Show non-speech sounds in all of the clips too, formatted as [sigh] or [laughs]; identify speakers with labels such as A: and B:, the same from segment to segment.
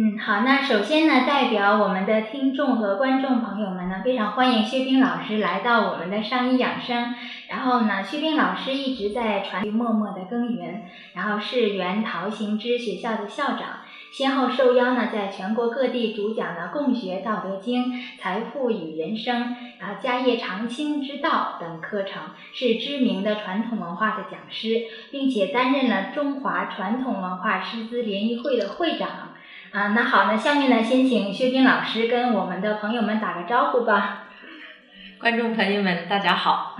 A: 嗯，好，那首先呢，代表我们的听众和观众朋友们呢，非常欢迎薛冰老师来到我们的上医养生。然后呢，薛冰老师一直在传默默的耕耘，然后是原陶行知学校的校长，先后受邀呢，在全国各地主讲了《共学道德经》《财富与人生》然后家业长青之道》等课程，是知名的传统文化的讲师，并且担任了中华传统文化师资联谊会的会长。啊，那好，那下面呢，先请薛冰老师跟我们的朋友们打个招呼吧。 [laughs]
B: 观众朋友们，大家好。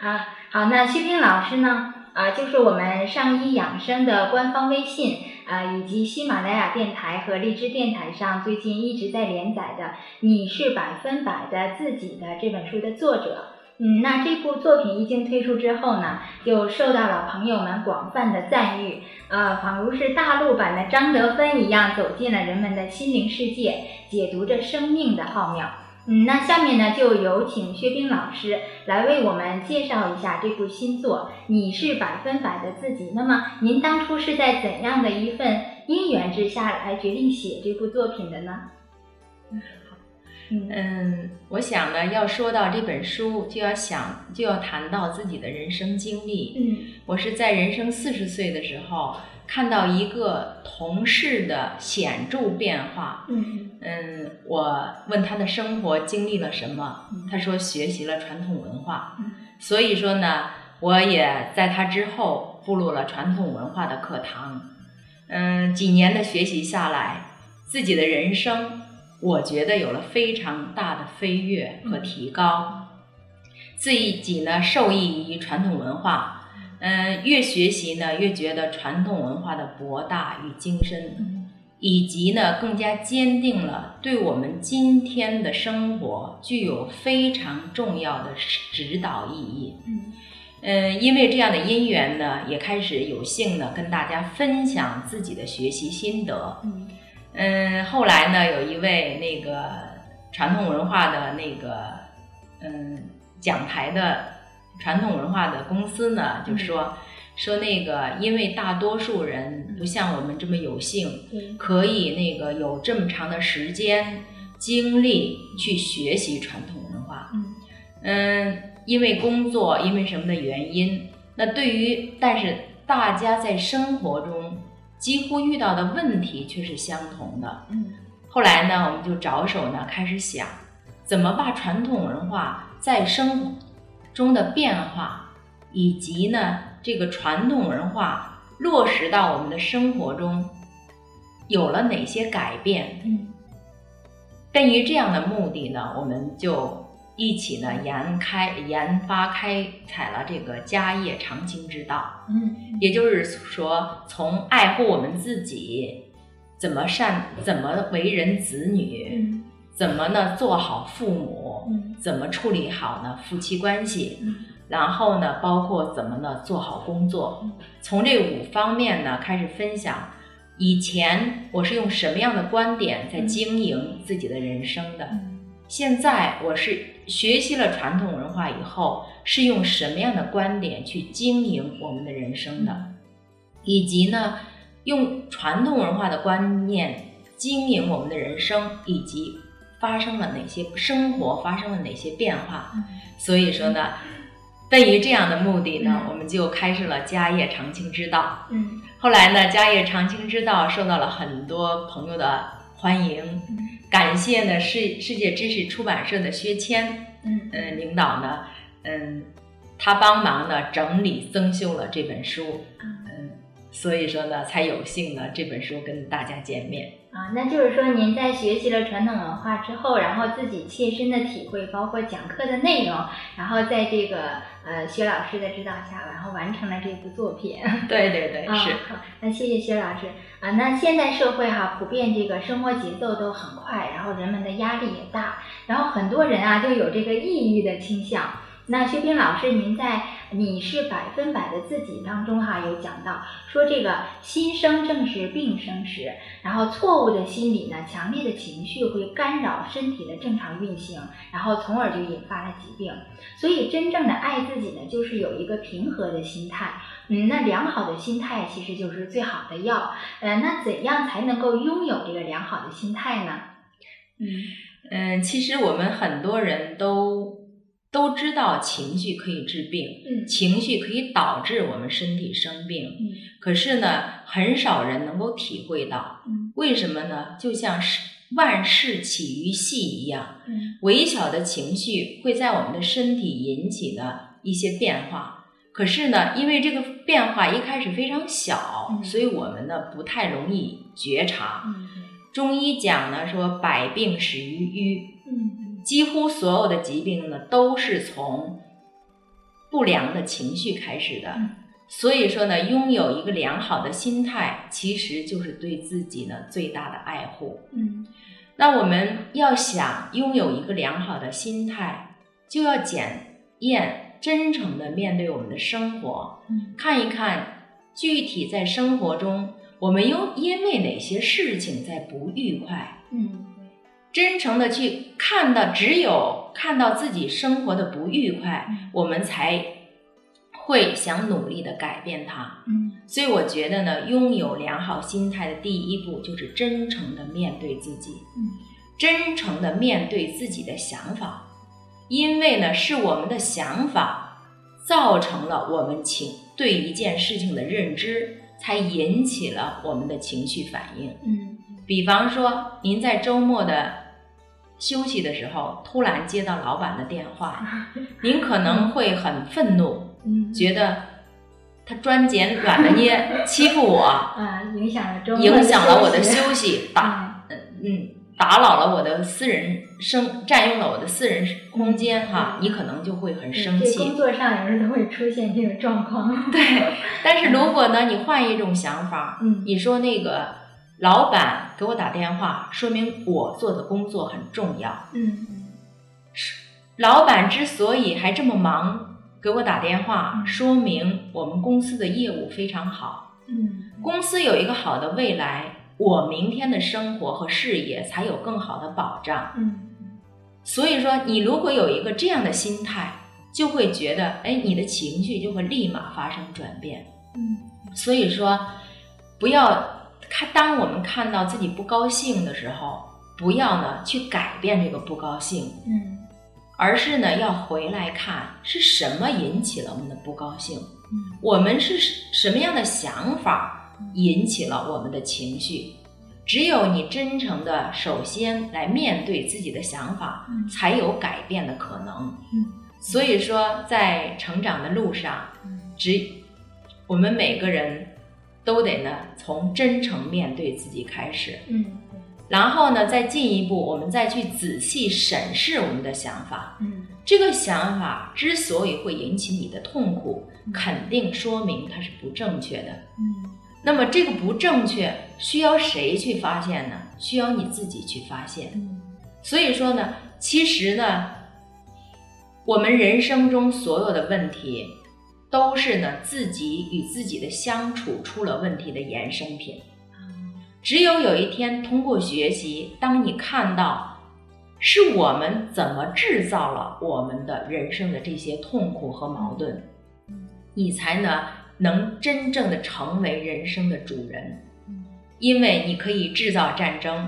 A: 啊，好，那薛冰老师呢，啊，就是我们上医养生的官方微信啊，以及喜马拉雅电台和荔枝电台上最近一直在连载的《你是百分百的自己的》这本书的作者。嗯，那这部作品一经推出之后呢，就受到了朋友们广泛的赞誉，呃，仿如是大陆版的张德芬一样，走进了人们的心灵世界，解读着生命的奥妙。嗯，那下面呢，就有请薛冰老师来为我们介绍一下这部新作《你是百分百的自己》。那么，您当初是在怎样的一份因缘之下来决定写这部作品的呢？
B: 嗯，我想呢，要说到这本书，就要想就要谈到自己的人生经历。
A: 嗯
B: 我是在人生四十岁的时候，看到一个同事的显著变化。
A: 嗯
B: 嗯，我问他的生活经历了什么，他说学习了传统文化
A: 嗯。
B: 所以说呢，我也在他之后步入了传统文化的课堂。嗯，几年的学习下来，自己的人生，我觉得有了非常大的飞跃和提高。自己呢，受益于传统文化。嗯，越学习呢，越觉得传统文化的博大与精深。
A: 嗯
B: 以及呢，更加坚定了对我们今天的生活具有非常重要的指导意义。
A: 嗯
B: 嗯，因为这样的因缘呢，也开始有幸呢跟大家分享自己的学习心得。
A: 嗯
B: 嗯，后来呢，有一位那个传统文化的那个嗯讲台的传统文化的公司呢，就说、说那个，因为大多数人不像我们这么有幸。
A: 对
B: 可以那个有这么长的时间精力去学习传统文化。
A: 嗯
B: 嗯，因为工作，因为什么的原因，那对于但是大家在生活中几乎遇到的问题却是相同的。
A: 嗯
B: 后来呢，我们就着手呢开始想，怎么把传统文化在生活中的变化，以及呢这个传统文化落实到我们的生活中，有了哪些改变？
A: 嗯
B: 奔于这样的目的呢，我们就一起呢研开研发开采了这个家业长青之道，
A: 嗯
B: 也就是说，从爱护我们自己，怎么善，怎么为人子女，
A: 嗯
B: 怎么呢做好父母，
A: 嗯
B: 怎么处理好呢夫妻关系，
A: 嗯
B: 然后呢，包括怎么呢做好工作
A: 嗯，
B: 从这五方面呢开始分享。以前我是用什么样的观点在
A: 嗯
B: 经营自己的人生的？
A: 嗯
B: 现在我是学习了传统文化以后，是用什么样的观点去经营我们的人生的，以及呢，用传统文化的观念经营我们的人生，以及发生了哪些生活发生了哪些变化。
A: 嗯
B: 所以说呢，奔于这样的目的呢，
A: 嗯
B: 我们就开始了家业长青之道。
A: 嗯
B: 后来呢，家业长青之道受到了很多朋友的欢迎，
A: 嗯
B: 感谢呢世世界知识出版社的薛谦，
A: 嗯
B: 嗯，领导呢，嗯，他帮忙呢整理增修了这本书，
A: 啊
B: 嗯，所以说呢，才有幸呢这本书跟大家见面。
A: 啊，那就是说您在学习了传统文化之后，然后自己切身的体会，包括讲课的内容，然后在这个呃薛老师的指导下，然后完成了这部作品。
B: 对对对，
A: 啊，
B: 是，
A: 好，那谢谢薛老师啊。那现代社会哈、普遍这个生活节奏都很快，然后人们的压力也大，然后很多人啊就有这个抑郁的倾向。那薛冰老师，您在《你是百分百的自己》当中哈、有讲到说这个心生正是病生时，然后错误的心理呢，强烈的情绪会干扰身体的正常运行，然后从而就引发了疾病。所以真正的爱自己呢，就是有一个平和的心态。嗯，那良好的心态其实就是最好的药。呃，那怎样才能够拥有这个良好的心态呢？嗯
B: 嗯，其实我们很多人都都知道情绪可以治病，
A: 嗯
B: 情绪可以导致我们身体生病，
A: 嗯
B: 可是呢，很少人能够体会到，
A: 嗯
B: 为什么呢？就像是万事起于细一样，
A: 嗯
B: 微小的情绪会在我们的身体引起的一些变化。可是呢，因为这个变化一开始非常小，
A: 嗯
B: 所以我们呢不太容易觉察。
A: 嗯
B: 中医讲呢说百病始于瘀，
A: 嗯
B: 几乎所有的疾病呢都是从不良的情绪开始的。
A: 嗯
B: 所以说呢，拥有一个良好的心态，其实就是对自己呢最大的爱护。
A: 嗯
B: 那我们要想拥有一个良好的心态，就要检验真诚的面对我们的生活，
A: 嗯
B: 看一看具体在生活中我们又因为哪些事情在不愉快，
A: 嗯
B: 真诚的去看到，只有看到自己生活的不愉快，我们才会想努力的改变它。
A: 嗯
B: 所以我觉得呢，拥有良好心态的第一步就是真诚的面对自己，
A: 嗯
B: 真诚的面对自己的想法，因为呢，是我们的想法造成了我们情对一件事情的认知，才引起了我们的情绪反应。
A: 嗯
B: 比方说，您在周末的休息的时候，突然接到老板的电话，您可能会很愤怒，
A: 嗯，
B: 觉得他专捡软的捏，欺负
A: [laughs]
B: 我，
A: 啊，影响了周末
B: 影响了我的
A: 息
B: 休息，打
A: 啊
B: 嗯打扰了我的私人生，占用了我的私人空间哈，
A: 嗯
B: 你可能就会很
A: 嗯
B: 生
A: 这工
B: 气。
A: 作上有时候都会出现这种状况。
B: 对，但是如果呢，你换一种想法，
A: 嗯
B: 你说那个老板给我打电话，说明我做的工作很重要。
A: 嗯
B: 老板之所以还这么忙，给我打电话，
A: 嗯
B: 说明我们公司的业务非常好，
A: 嗯
B: 公司有一个好的未来，我明天的生活和事业才有更好的保障。
A: 嗯
B: 所以说，你如果有一个这样的心态，就会觉得，哎，你的情绪就会立马发生转变。
A: 嗯
B: 所以说，不要看，当我们看到自己不高兴的时候，不要呢去改变这个不高兴，
A: 嗯
B: 而是呢要回来看是什么引起了我们的不高兴，
A: 嗯
B: 我们是什么样的想法引起了我们的情绪。只有你真诚的首先来面对自己的想法，
A: 嗯
B: 才有改变的可能。
A: 嗯
B: 所以说，在成长的路上，
A: 嗯
B: 只我们每个人都得呢从真诚面对自己开始，
A: 嗯
B: 然后呢再进一步，我们再去仔细审视我们的想法。
A: 嗯
B: 这个想法之所以会引起你的痛苦，肯定说明它是不正确的。
A: 嗯
B: 那么这个不正确需要谁去发现呢？需要你自己去发现。
A: 嗯
B: 所以说呢，其实呢，我们人生中所有的问题，都是呢自己与自己的相处出了问题的衍生品。只有有一天通过学习，当你看到是我们怎么制造了我们的人生的这些痛苦和矛盾，你才呢能真正的成为人生的主人。
A: 嗯
B: 因为你可以制造战争，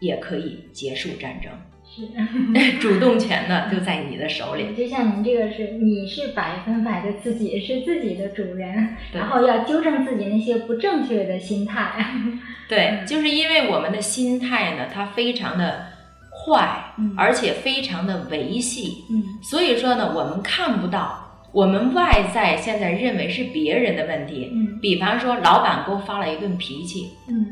B: 也可以结束战争，
A: 是。
B: [laughs] 主动权呢就在你的手里。
A: 就像您这个是，你是百分百的自己，是自己的主人，
B: 对
A: 然后要纠正自己那些不正确的心态。嗯
B: 对，就是因为我们的心态呢，它非常的快，
A: [laughs] 嗯
B: 而且非常的维系。
A: 嗯
B: 所以说呢，我们看不到我们外在现在认为是别人的问题。
A: 嗯
B: 比方说，老板给我发了一顿脾气，
A: 嗯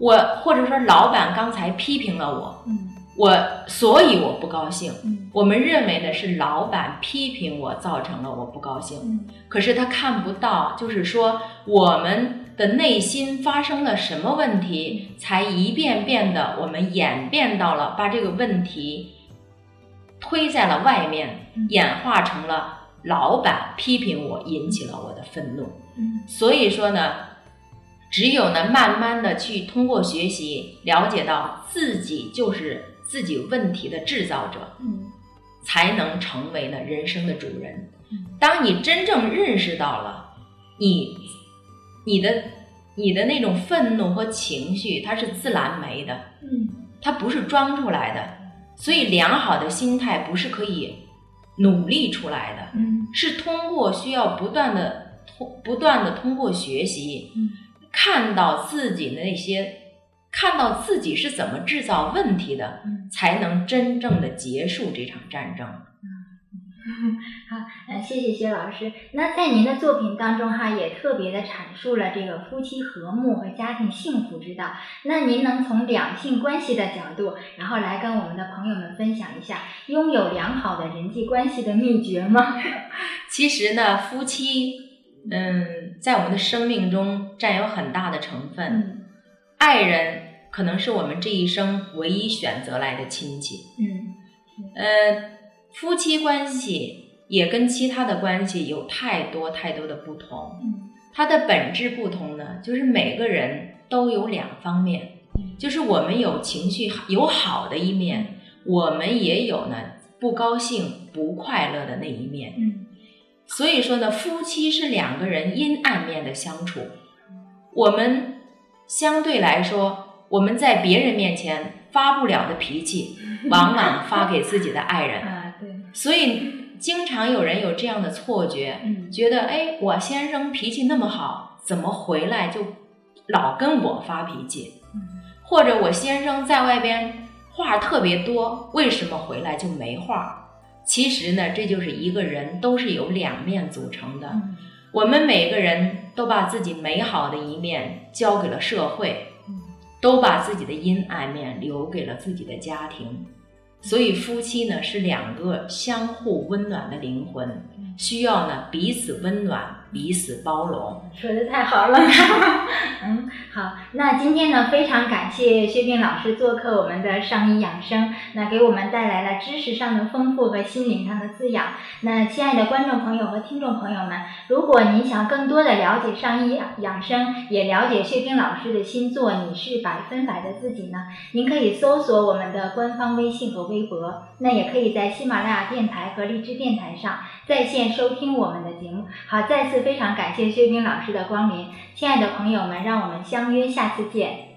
B: 我或者说老板刚才批评了我，
A: 嗯
B: 我所以我不高兴。
A: 嗯
B: 我们认为呢是老板批评我造成了我不高兴，
A: 嗯
B: 可是他看不到，就是说我们的内心发生了什么问题，才一遍遍的我们演变到了把这个问题推在了外面，
A: 嗯
B: 演化成了老板批评我，引起了我的愤怒。
A: 嗯
B: 所以说呢，只有呢慢慢的去通过学习了解到自己就是自己问题的制造者，
A: 嗯
B: 才能成为呢人生的主人
A: 嗯。
B: 当你真正认识到了你你的你的那种愤怒和情绪，它是自然没的，
A: 嗯
B: 它不是装出来的。所以，良好的心态不是可以努力出来的，
A: 嗯
B: 是通过需要不断的通不断的通过学习，
A: 嗯
B: 看到自己的那些，看到自己是怎么制造问题的，
A: 嗯，
B: 才能真正的结束这场战争。
A: 好，呃，谢谢薛老师。那在您的作品当中哈，也特别的阐述了这个夫妻和睦和家庭幸福之道。那您能从两性关系的角度，然后来跟我们的朋友们分享一下拥有良好的人际关系的秘诀 [laughs] 吗？
B: 其实呢，夫妻，嗯，在我们的生命中占有很大的成分。
A: 嗯
B: 爱人可能是我们这一生唯一选择来的亲戚。
A: 嗯
B: 呃，夫妻关系也跟其他的关系有太多太多的不同。
A: 嗯
B: 它的本质不同呢，就是每个人都有两方面
A: 嗯，
B: 就是我们有情绪有好的一面，我们也有呢不高兴、不快乐的那一面。
A: 嗯
B: 所以说呢，夫妻是两个人阴暗面的相处。我们相对来说，我们在别人面前发不了的脾气，往往发给自己的爱人。
A: 啊，对，
B: 所以，经常有人有这样的错觉，
A: 嗯
B: 觉得哎，我先生脾气那么好，怎么回来就老跟我发脾气？
A: 嗯
B: 或者我先生在外边话特别多，为什么回来就没话？其实呢，这就是一个人都是由两面组成的。
A: 嗯
B: 我们每个人都把自己美好的一面交给了社会，
A: 嗯
B: 都把自己的阴暗面留给了自己的家庭。所以夫妻呢是两个相互温暖的灵魂
A: 嗯，
B: 需要呢彼此温暖，彼此包容。
A: 说的太好了， [laughs] 嗯，好，那今天呢，非常感谢薛冰老师做客我们的上医养生，那给我们带来了知识上的丰富和心灵上的滋养。那亲爱的观众朋友和听众朋友们，如果您想更多的了解上医养生，也了解薛冰老师的新作《你是百分百的自己》呢，您可以搜索我们的官方微信和微博，那也可以在喜马拉雅电台和荔枝电台上在线收听我们的节目。好，再次非常感谢薛冰老师的光临，亲爱的朋友们，让我们相约下次见。